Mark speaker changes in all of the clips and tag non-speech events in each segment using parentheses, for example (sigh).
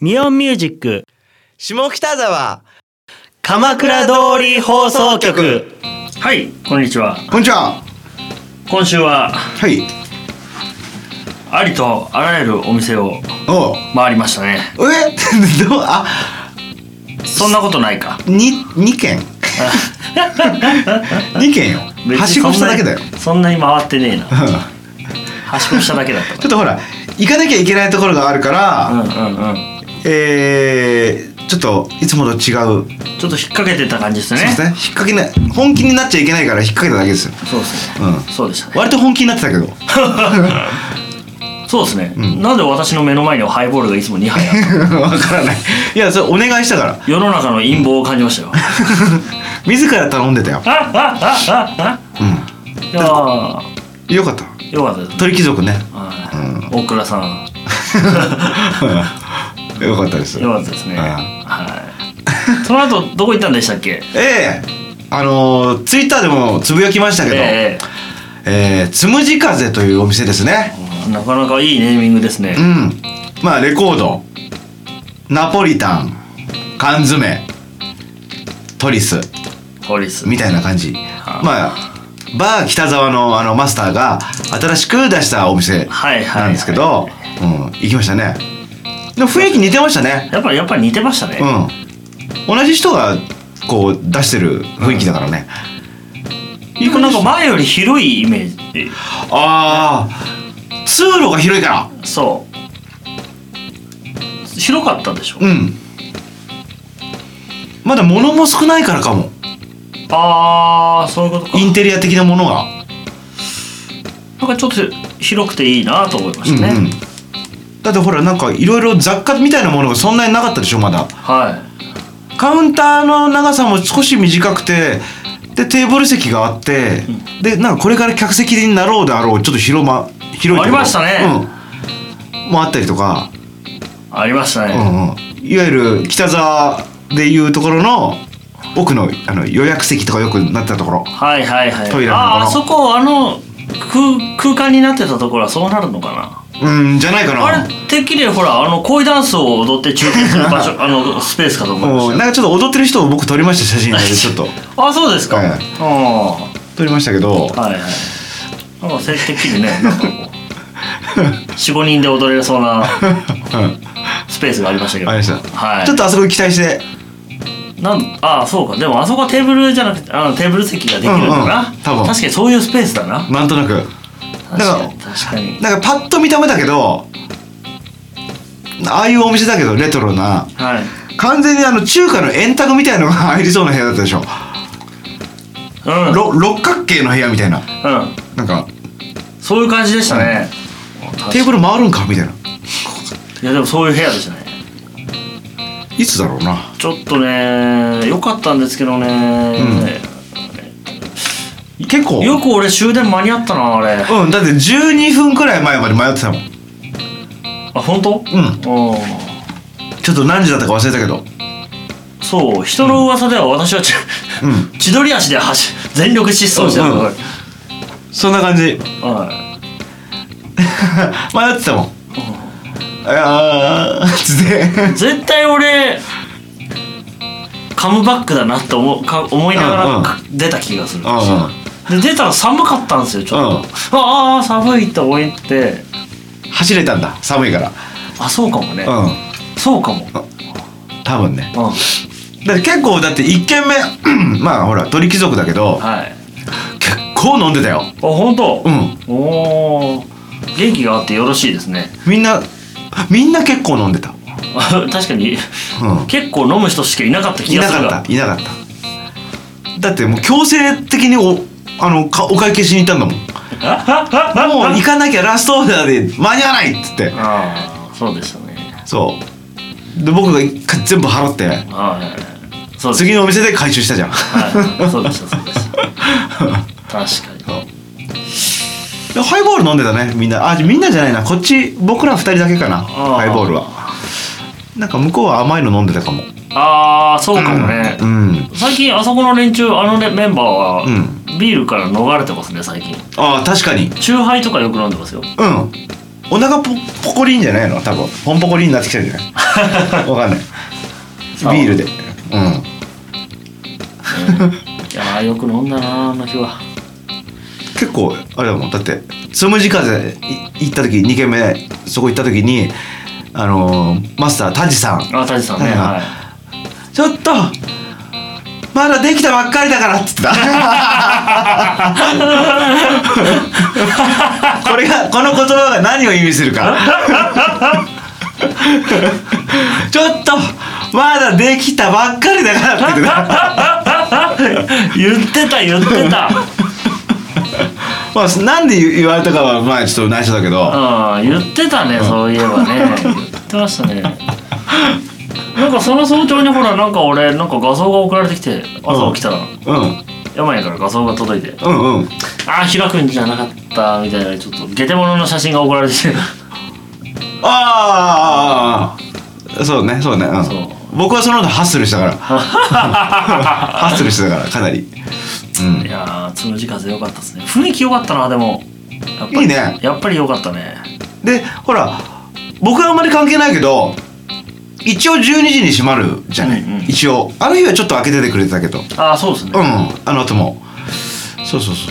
Speaker 1: ミオンミュージック
Speaker 2: 下北沢
Speaker 1: 鎌倉通り放送局はいこんにちは
Speaker 3: こんにちは。
Speaker 1: 今週は
Speaker 3: はい。
Speaker 1: ありとあらゆるお店を
Speaker 3: おう。
Speaker 1: 回りましたね
Speaker 3: え (laughs) どうあ、
Speaker 1: そんなことないか
Speaker 3: に、
Speaker 1: (laughs)
Speaker 3: 二件二件よ。
Speaker 1: 別に
Speaker 3: はしごしただけだよ。
Speaker 1: そんなにそんなに回ってねえな
Speaker 3: うん
Speaker 1: はしごしただけだった
Speaker 3: ちょっとほら、行かなきゃいけないところがあるから、
Speaker 1: からうんうんうん
Speaker 3: えー、ちょっといつもと違う。
Speaker 1: ちょっと引っ掛けてた感じです
Speaker 3: そうですね。
Speaker 1: ね
Speaker 3: 引っ掛けない。本気になっちゃいけないから引っ掛けただけですよ。
Speaker 1: そうですね
Speaker 3: うん。
Speaker 1: そうでしたね
Speaker 3: 割と本気になってたけど。 (laughs)
Speaker 1: そうですね、
Speaker 3: うん
Speaker 1: なんで私の目の前にはハイボールがいつも2杯あったの
Speaker 3: わからない。いや、それお願いしたから。 (laughs)
Speaker 1: 世の中の陰謀を感じましたよ
Speaker 3: 自ら頼んでたよ。
Speaker 1: あああああ
Speaker 3: う
Speaker 1: いやー
Speaker 3: ん。よかった。
Speaker 1: よかったです
Speaker 3: 鳥貴族ね。 (laughs)
Speaker 1: はい大倉さん
Speaker 3: うんよかったです。
Speaker 1: よかったですね
Speaker 3: うん
Speaker 1: はいその後どこ行ったんでしたっけ
Speaker 3: ええあのツイッター Twitter でもつぶやきましたけど、え
Speaker 1: え
Speaker 3: えつむじ風というお店ですね
Speaker 1: えなかなかいいネーミングですね
Speaker 3: うんまあレコードナポリタン缶詰トリス
Speaker 1: ホリス
Speaker 3: みたいな感じまあバー北沢のあのマスターが新しく出したお店
Speaker 1: はいはい
Speaker 3: なんですけど、うん、行きましたねでも雰囲気似てましたね
Speaker 1: やっぱやっぱ似てましたね、
Speaker 3: うん同じ人がこう出してる雰囲気だからね、
Speaker 1: でもなんか前より広いイメージ
Speaker 3: ああ通路が広いから
Speaker 1: そう広かったでしょ、
Speaker 3: うんまだ物も少ないからかも
Speaker 1: ああそういうことか
Speaker 3: インテリア的なものが、
Speaker 1: なんかちょっと広くていいなと思いましたね、
Speaker 3: うんうんだってほらなんかいろいろ雑貨みたいなものがそんなになかったでしょまだ
Speaker 1: はい
Speaker 3: カウンターの長さも少し短くてでテーブル席があって、でなんかこれから客席になろうであろうちょっと広ま広いところ
Speaker 1: ありましたね、
Speaker 3: うん、もあったりとか
Speaker 1: ありましたね、
Speaker 3: うんうん、いわゆる北沢でいうところの奥のあの予約席とかよくなったところ
Speaker 1: はいはいはい
Speaker 3: トイレのところ
Speaker 1: ああそこあの空空間になってたところはそうなるのかな
Speaker 3: うんじゃないかな
Speaker 1: あれてっきりほらあの恋ダンスを踊って中継する
Speaker 3: (laughs)
Speaker 1: 場所あのスペースかと思いま
Speaker 3: う
Speaker 1: し
Speaker 3: ん
Speaker 1: た
Speaker 3: なんかちょっと踊ってる人を僕撮り
Speaker 1: (laughs)
Speaker 3: ました写真でちょっと
Speaker 1: あそうですか、
Speaker 3: はい
Speaker 1: あ
Speaker 3: 撮りましたけど
Speaker 1: あはいはいなんかせてっきりねなんかこう
Speaker 3: (laughs)
Speaker 1: 45人で踊れそうな
Speaker 3: うん
Speaker 1: スペースがありましたけど
Speaker 3: ありました
Speaker 1: はい
Speaker 3: ちょっとあそこに期待して
Speaker 1: なんああそうかでもあそこはテーブルじゃなくてあのテーブル席ができるのかな、
Speaker 3: うんうん多分
Speaker 1: 確かにそういうスペースだな
Speaker 3: なんとなく
Speaker 1: 確かに確かに
Speaker 3: なんかパッと見た目だけどああいうお店だけどレトロな
Speaker 1: はい
Speaker 3: 完全にあの中華の円卓みたいのが入りそうな部屋だったでしょ
Speaker 1: うん
Speaker 3: ろ六角形の部屋みたいな
Speaker 1: うん
Speaker 3: なんか
Speaker 1: そういう感じでしたね。
Speaker 3: テーブル回るんかみたいない
Speaker 1: やでもそういう部屋でしたね。
Speaker 3: いつだろうな
Speaker 1: ちょっとね良かったんですけどね。
Speaker 3: 結構
Speaker 1: よく俺終電間に合ったなあれ。
Speaker 3: うんだって12分くらい前まで迷ってたもん
Speaker 1: あ本当？
Speaker 3: うん
Speaker 1: おー
Speaker 3: ちょっと何時だったか忘れたけど
Speaker 1: そう人の噂では私はち、
Speaker 3: う
Speaker 1: 千鳥足で走全力疾走してた
Speaker 3: うんうん
Speaker 1: はい。
Speaker 3: そんな感じ (laughs)
Speaker 1: は
Speaker 3: 迷ってたもんああつって
Speaker 1: い。絶対俺カムバックだなって思うか思いながら、
Speaker 3: うん
Speaker 1: 出た気がする。
Speaker 3: う
Speaker 1: で出たら寒かったんですよちょっと。
Speaker 3: うん
Speaker 1: ああ寒いって思って。
Speaker 3: ん走れたんだ寒いから
Speaker 1: あそうかもね、
Speaker 3: う
Speaker 1: そうかも、
Speaker 3: ん多分ね
Speaker 1: うん、
Speaker 3: だって結構だって1軒目 (clears throat) まあほら鳥貴族だけど
Speaker 1: はいあ
Speaker 3: 結構飲んでたよ
Speaker 1: 本当、
Speaker 3: うん
Speaker 1: おお元気があってよろしいですね (laughs)
Speaker 3: みんなみんな結構飲んでた
Speaker 1: 確かに
Speaker 3: うん
Speaker 1: 結構飲む人しかいなかった気
Speaker 3: い
Speaker 1: が
Speaker 3: な
Speaker 1: するが
Speaker 3: かったいなかっただってもう強制的におあのかお会計しに行ったんだもん
Speaker 1: (laughs)
Speaker 3: もう行かなきゃラストオーダーで間に合わないっつって
Speaker 1: ああそうでしたね
Speaker 3: そうで僕が一回全部払って
Speaker 1: はいそうです
Speaker 3: 次のお店で回収したじゃん
Speaker 1: はいそうでしたそうでした確かに
Speaker 3: でハイボール飲んでたねみんなあみんなじゃないなこっち僕ら二人だけかな
Speaker 1: あー
Speaker 3: ハイボールはなんか向こうは甘いの飲んでたかも
Speaker 1: ああそうかもね、
Speaker 3: うん
Speaker 1: 最近あそこの連中あのねメンバーは、
Speaker 3: うん
Speaker 1: ビールから逃れてますね最近
Speaker 3: ああ確かに (laughs)
Speaker 1: チューハイとかよく飲んでますよ
Speaker 3: うんお腹ポポコリンじゃないの多分ポンポコリンになってきたんじゃない
Speaker 1: (laughs)
Speaker 3: わかんない
Speaker 1: そう
Speaker 3: ビールでうん
Speaker 1: いやーよく飲んだなあの日は
Speaker 3: 結構あれだもんだってつむじ風い行った時2軒目そこ行った時にあのーマスタータジさん
Speaker 1: あタジさんね
Speaker 3: はいはい
Speaker 1: はい
Speaker 3: 「ちょっとまだできたばっかりだから」っつってた (laughs) これがこの言葉が何を意味するか (laughs) ちょっとまだできたばっかりだからって言ってた
Speaker 1: (laughs) 言ってた言ってた
Speaker 3: (laughs) まあ、なんで言言われたかはまあちょっと内緒だけど
Speaker 1: うん言ってたねそういえばね言ってましたねなんかその早朝にほらなんか俺なんか画像が送られてきて朝起きたら、
Speaker 3: うん
Speaker 1: 山やから画像が届いて
Speaker 3: うんうん
Speaker 1: ああ開くんじゃなかったみたいなちょっとゲテモノの写真が送られて (laughs) きて
Speaker 3: あーあーあーあーそうねそうね、うん、
Speaker 1: そう
Speaker 3: 僕はその後ハッスルし
Speaker 1: (laughs)
Speaker 3: たからハッスルしてたからかなり、うん
Speaker 1: い、やーつむじ風良かったですね雰囲気良かったなでもやっぱり
Speaker 3: いいね
Speaker 1: やっぱり良かったね
Speaker 3: でほら僕はあんまり関係ないけど一応12時に閉まるじゃない、
Speaker 1: うんうん
Speaker 3: 一応あの日はちょっと開けててくれてたけどうん
Speaker 1: ああそうですね、
Speaker 3: あの後もそうそうそうそ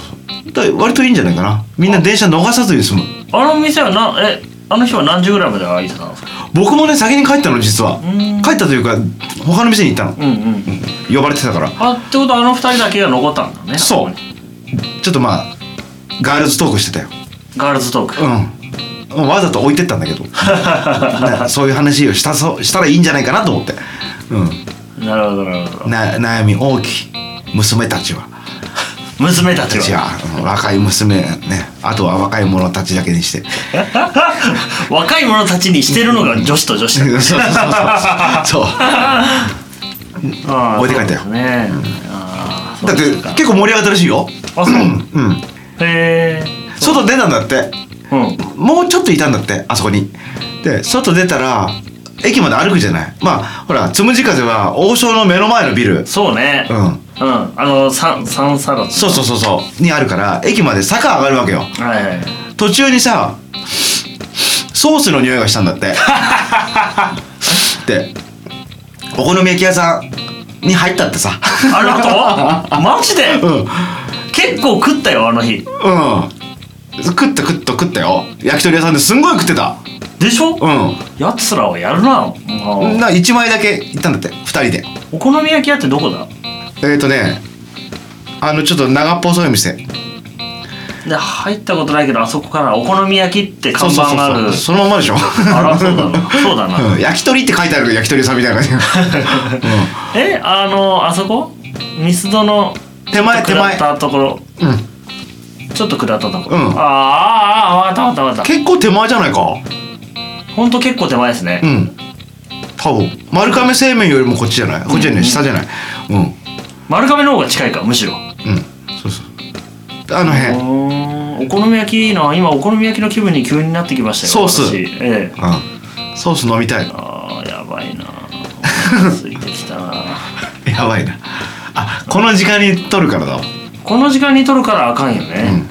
Speaker 3: うだから割といいんじゃないかなみんな電車逃さずに済む
Speaker 1: あの店はなえあの日は何時ぐらいまで開いてたんですか
Speaker 3: 僕もね先に帰ったの実は
Speaker 1: ん
Speaker 3: 帰ったというか他の店に行ったの
Speaker 1: うんうん
Speaker 3: 呼ばれてたから
Speaker 1: あってことはあの二人だけが残ったんだね
Speaker 3: そ
Speaker 1: ここ
Speaker 3: うちょっとまあガールズトークしてたよ
Speaker 1: にガールズトーク、
Speaker 3: うんわざと置いてったんだけど (laughs) ねそういう話をしたそうしたらいいんじゃないかなと思って、う
Speaker 1: なるほどなるほ
Speaker 3: ん、な悩み大きい娘たちは
Speaker 1: ど娘たち
Speaker 3: たち
Speaker 1: は
Speaker 3: はうん若い娘ねあとは若い者たちだけに (laughs) して
Speaker 1: 若い者たちにしてるのが女子と女子
Speaker 3: そう
Speaker 1: だ、
Speaker 3: そうそうそうそう
Speaker 1: ああ
Speaker 3: 置いて帰ったよ
Speaker 1: そうですねああ
Speaker 3: だって
Speaker 1: そうですか
Speaker 3: 結構盛り上がったらしいよ
Speaker 1: あそう
Speaker 3: うん
Speaker 1: へえ
Speaker 3: 外出たんだって
Speaker 1: うん
Speaker 3: もうちょっといたんだってあそこにで外出たら駅まで歩くじゃないまあほらつむじ風は王将の目の前のビル
Speaker 1: そうね
Speaker 3: うん
Speaker 1: うん、あの三三サロ
Speaker 3: そうそうそうそうにあるから駅まで坂上がるわけよ
Speaker 1: はいはい
Speaker 3: 途中にさソースの匂いがしたんだってでお好み焼き屋さんに入ったってさ
Speaker 1: あの
Speaker 3: (laughs)
Speaker 1: 後マジで
Speaker 3: うんうん
Speaker 1: 結構食ったよあの日
Speaker 3: 食った食った食ったよ焼き鳥屋さんですんごい食ってた
Speaker 1: でしょ、
Speaker 3: うん
Speaker 1: やつらはやるな、もう
Speaker 3: な1枚だけ行ったんだって2人で
Speaker 1: お好み焼き屋ってどこだ
Speaker 3: えっ、ー、とねあのちょっと長っぽそうい店
Speaker 1: で入ったことないけどあそこからお好み焼きって看板がある
Speaker 3: そうそうそうそのままでしょ
Speaker 1: あらそうだなそうだな、
Speaker 3: うん焼き鳥って書いてあるけど焼き鳥屋さんみたいな感
Speaker 1: (laughs)
Speaker 3: じ、
Speaker 1: えあのあそこミスドの
Speaker 3: うん、手前手
Speaker 1: 下
Speaker 3: 前
Speaker 1: ったところ
Speaker 3: うん
Speaker 1: ちょっと下ったところ、
Speaker 3: う
Speaker 1: あ
Speaker 3: ん
Speaker 1: ーあーあーわかったわかったわかっ
Speaker 3: 結構手前じゃないか
Speaker 1: たほんと結構手前ですね
Speaker 3: う、ん多分丸亀製麺よりもこっちじゃないこっちじゃない下じゃないうんうん
Speaker 1: 丸亀の方が近いかむしろ
Speaker 3: そうそうあの
Speaker 1: うー
Speaker 3: 辺うん
Speaker 1: お好み焼きいいな今お好み焼きの気分に急になってきましたよ
Speaker 3: ソース
Speaker 1: 私ええ
Speaker 3: ソース飲みたい
Speaker 1: あーやばいなついてきたな
Speaker 3: やばいなあこの時間に撮るからだわ
Speaker 1: この時間に撮るからあかんよ
Speaker 3: う
Speaker 1: ね
Speaker 3: ん、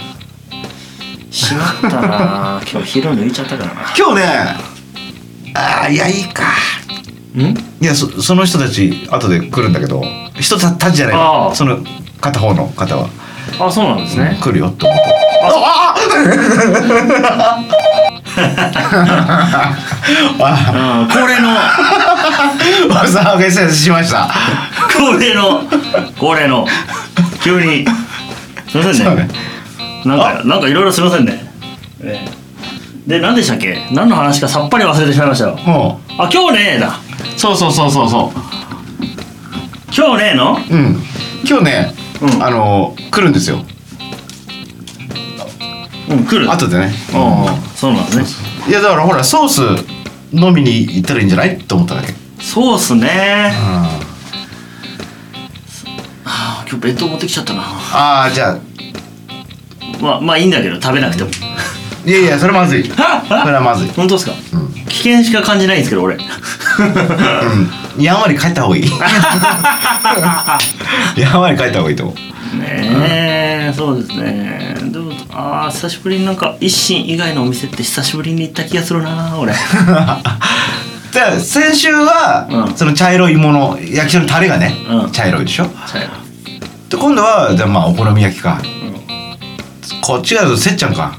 Speaker 1: しまったな今日昼抜いちゃったからな
Speaker 3: 今日ねあーいやいいか
Speaker 1: ん
Speaker 3: いやそその人たち後で来るんだけど人たたちじゃない
Speaker 1: あ
Speaker 3: よ
Speaker 1: ー
Speaker 3: その片方の方は
Speaker 1: あそうなんですね、
Speaker 3: 来るよって思って
Speaker 1: うん、恒例の
Speaker 3: わざわげ先生しました
Speaker 1: 恒例の恒例の急にすいませ
Speaker 3: そ
Speaker 1: ん
Speaker 3: う
Speaker 1: ね
Speaker 3: ね
Speaker 1: なんかなんかいろいろすいませんね、ええで何でしたっけ何の話かさっぱり忘れてしまいましたよ
Speaker 3: も
Speaker 1: あ今日ねだ
Speaker 3: うそうそうそうそうそう
Speaker 1: 今日ねの
Speaker 3: うん、今日ね、
Speaker 1: うん
Speaker 3: あの来るんですよ
Speaker 1: うん来る
Speaker 3: 後でね、
Speaker 1: ああそうなんですね
Speaker 3: いやだからほらソース飲みに行ったらいいんじゃないと思っただけ
Speaker 1: そうっすねあ今日弁当持ってきちゃったな
Speaker 3: ああじゃあ
Speaker 1: まあまあいいんだけど食べなくても
Speaker 3: いやいやそれまずいそれはまずい、
Speaker 1: 本当ですか、危険しか感じないんですけど (laughs) 俺
Speaker 3: うん、やんわり帰った方がいいやんわり帰った方がいいと思う
Speaker 1: ねえそうですねでもああ久しぶりになんか一心以外のお店って久しぶりに行った気がするな俺
Speaker 3: (laughs) じゃあ先週は、
Speaker 1: うん
Speaker 3: その茶色いもの焼きそばのタレがね、
Speaker 1: うん
Speaker 3: 茶色いでしょで今度はじゃあまあお好み焼きか、こっち側だとせっちゃんか、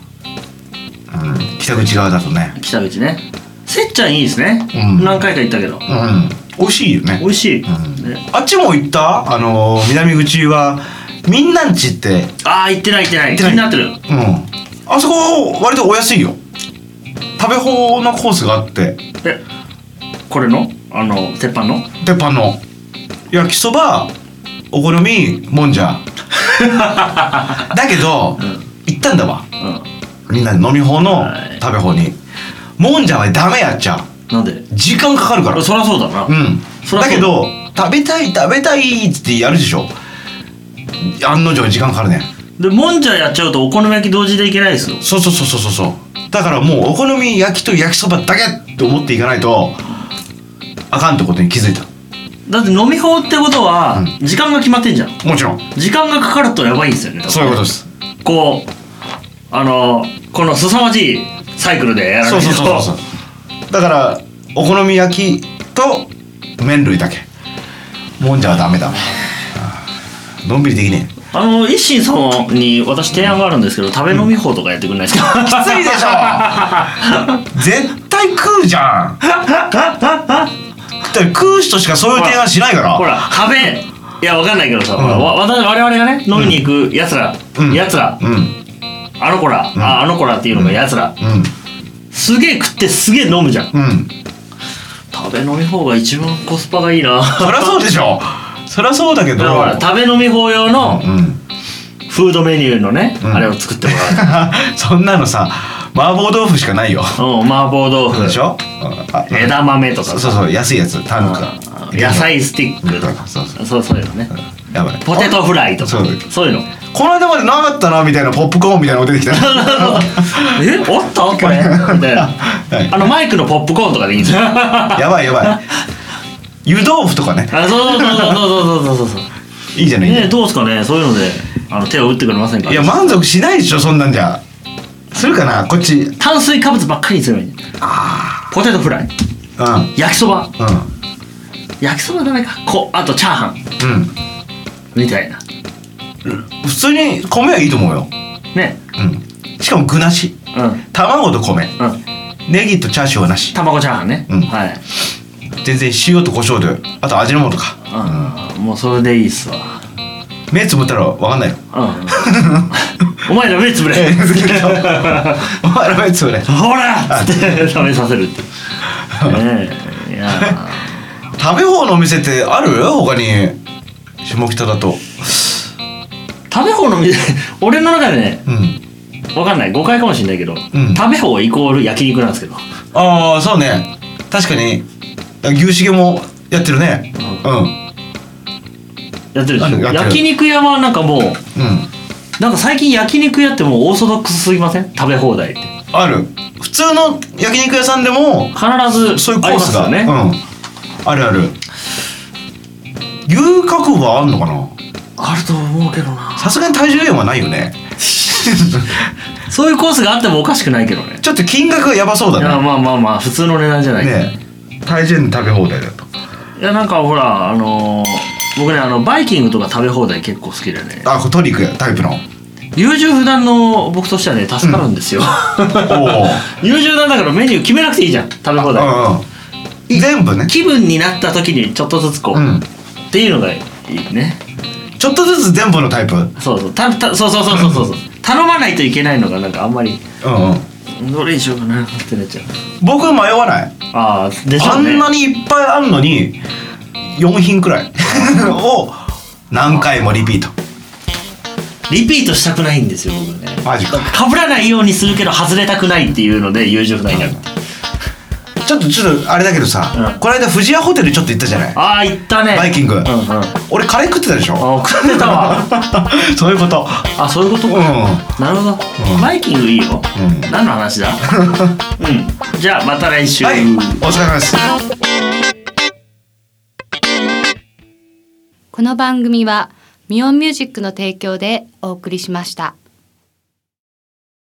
Speaker 3: うん、北口側だとね
Speaker 1: 北口ねせっちゃんいいですね、
Speaker 3: うん
Speaker 1: 何回か行ったけど
Speaker 3: うん美味しいよね
Speaker 1: 美味しい、
Speaker 3: う
Speaker 1: ね
Speaker 3: あっちも行ったあのー南口はみんなんちって
Speaker 1: ああ行ってない行ってない
Speaker 3: 行ってな
Speaker 1: 気
Speaker 3: い
Speaker 1: になってる
Speaker 3: うんあそこ割とお安いよ食べ放のコースがあって
Speaker 1: えこれのあの鉄板の
Speaker 3: 鉄板の焼きそばお好みもんじゃだけど、行ったんだわ
Speaker 1: う
Speaker 3: みんなで飲み放の
Speaker 1: はい
Speaker 3: 食べ放に、もんじゃはダメやっちゃうん
Speaker 1: なんで
Speaker 3: 時間かかるから
Speaker 1: そりゃそうだな、
Speaker 3: うん
Speaker 1: そりゃそう
Speaker 3: だけど食べたい食べたいっつってやるでしょ案の定時間かかるね
Speaker 1: でもんじゃやっちゃうとお好み焼き同時でいけないですよ
Speaker 3: そうそうそうそうそうそうだからもうお好み焼きと焼きそばだけって思っていかないとあかんってことに気づいた
Speaker 1: だって飲み放ってことは
Speaker 3: う
Speaker 1: 時間が決まってんじゃん
Speaker 3: もちろん
Speaker 1: 時間がかかるとやばいんですよね
Speaker 3: そういうことです
Speaker 1: こうあのこの凄まじいサイクルでやらな
Speaker 3: そ
Speaker 1: いうと
Speaker 3: そうそうそうだからお好み焼きと麺類だけもんじゃはダメだあーのんびりできねえ
Speaker 1: あの一心さんに私提案があるんですけど食べ飲み法とかやってくれないですか、
Speaker 3: (laughs) きついでしょ絶対食うじゃんだって食う人しかそういう提案しないから
Speaker 1: (laughs) ほら食べいやわかんないけどさ、ほらわ私我々がね飲みに行くやつら、
Speaker 3: うん
Speaker 1: やつら
Speaker 3: うんうん
Speaker 1: あの子ら、ああの子らっていうのがやつら、すげえ食ってすげえ飲むじゃん
Speaker 3: うん
Speaker 1: 食べ飲み方が一番コスパがいいな
Speaker 3: そりゃそうでしょそりゃそうだけ
Speaker 1: だ
Speaker 3: ど
Speaker 1: からほら食べ飲み法用の
Speaker 3: うん (laughs)
Speaker 1: フードメニューのね、
Speaker 3: うん
Speaker 1: あれを作ってもら
Speaker 3: (laughs) そんなのさ麻婆豆腐しかないよ
Speaker 1: ううん麻婆豆腐
Speaker 3: でしょうんあ
Speaker 1: 枝豆とか
Speaker 3: そ
Speaker 1: さ
Speaker 3: うそうそう安いやつ単価
Speaker 1: 野菜スティックとか
Speaker 3: そうそ
Speaker 1: そうそういうのね
Speaker 3: やばい
Speaker 1: ポテトフライとか
Speaker 3: そうだ
Speaker 1: そういうの
Speaker 3: この間までなかったなみたいなポップコーンみたいなの出て
Speaker 1: (laughs)
Speaker 3: きた
Speaker 1: えおっとこれみたいな
Speaker 3: はい
Speaker 1: あのマイクのポップコーンとかでいいん
Speaker 3: (laughs)
Speaker 1: ですよあ
Speaker 3: やばいやばい湯豆腐とかね
Speaker 1: そうそうそうそうそうそうそう
Speaker 3: いいじゃないいいじゃ
Speaker 1: ねどうですかねそういうのであの手を打ってくれませんか
Speaker 3: ないいや満足しないでしょそんなんじゃするかなこっちうん
Speaker 1: 炭水化物ばっかりにするのにポテトフライ焼きそば
Speaker 3: う
Speaker 1: 焼きそばダメかこあとチャーハン
Speaker 3: んう
Speaker 1: みたいなん
Speaker 3: 普通に米はいいと思うよ
Speaker 1: ね
Speaker 3: うんしかも具なし
Speaker 1: うん
Speaker 3: 卵と米
Speaker 1: うん
Speaker 3: ネギとチャーシューはなし
Speaker 1: 卵チャーハンね、
Speaker 3: うん
Speaker 1: はい、
Speaker 3: 全然塩と胡椒であと味の素か
Speaker 1: うんもうそれでいいっすわ
Speaker 3: 目つぶったらわかんないよ
Speaker 1: うんお前ら目つぶれ
Speaker 3: ええ (laughs) 好きでしょお前ら目つぶれ
Speaker 1: ほらっつって食べさせる
Speaker 3: (laughs)
Speaker 1: ってねえいや
Speaker 3: 食べ放のお店ってある他に下北だと
Speaker 1: 食べ放の店俺の中でね
Speaker 3: うん
Speaker 1: わかんない誤解かもしれないけど、
Speaker 3: ん
Speaker 1: 食べ放イコール焼肉なんですけど
Speaker 3: ああそうね確かに牛しげもやってるねうん
Speaker 1: やってるでしょ
Speaker 3: あやってる
Speaker 1: 焼肉屋はなんかもう
Speaker 3: うん
Speaker 1: なんか最近焼肉屋ってもうオーソドックスすぎません食べ放題って
Speaker 3: ある普通の焼肉屋さんでも
Speaker 1: 必ず
Speaker 3: そういうコ
Speaker 1: あり
Speaker 3: ー
Speaker 1: ます
Speaker 3: スが
Speaker 1: よね
Speaker 3: うん、あるある牛角はあんのかな
Speaker 1: あると思うけどな
Speaker 3: さすがに体重減はないよね
Speaker 1: そういうコースがあってもおかしくないけどね
Speaker 3: ちょっと金額がやばそう
Speaker 1: い
Speaker 3: だ
Speaker 1: やまあまあまあ普通の値段じゃない、
Speaker 3: ねね体重減食べ放題だと
Speaker 1: いやなんかほらあのー僕ねあのバイキングとか食べ放題結構好きでね
Speaker 3: あこれトリックタイプの
Speaker 1: 優柔不断の僕としてはね助かるんですよ、
Speaker 3: おお
Speaker 1: 優柔不断だからメニュー決めなくていいじゃん食べ放題
Speaker 3: うんうん、全部ね、
Speaker 1: 気分になった時にちょっとずつこう、
Speaker 3: うん、
Speaker 1: っていうのがいいね
Speaker 3: ちょっとずつ全部のタイプうんうん
Speaker 1: そうそうたたそうそうそうそうそうそう頼まないといけないのがなんかあんまりどれにしようかなってなっちゃう
Speaker 3: 僕迷わない
Speaker 1: ああでし
Speaker 3: あ
Speaker 1: ょうね
Speaker 3: んなにいっぱいあるのに4品くら
Speaker 1: (laughs)
Speaker 3: いを何回もリピート
Speaker 1: リピートしたくないんですよ僕ね
Speaker 3: マジか
Speaker 1: 被らないようにするけど外れたくないっていうので優柔不断になる
Speaker 3: ちょっとちょっとあれだけどさ、
Speaker 1: うん
Speaker 3: この間富士屋ホテルちょっと行ったじゃない
Speaker 1: ああ行ったね
Speaker 3: バイキング
Speaker 1: うんうんあ
Speaker 3: 俺カレー食ってたでしょ
Speaker 1: あ食ってたわ
Speaker 3: (laughs) そういうこと
Speaker 1: あそういうこと
Speaker 3: うん
Speaker 1: か、なるほど、バイキングいいよ、
Speaker 3: うん
Speaker 1: 何の
Speaker 3: (laughs)
Speaker 1: 話だうんじゃあまた来週、
Speaker 3: はいお疲れ様です
Speaker 4: この番組はミオンミュージックの提供でお送りしました。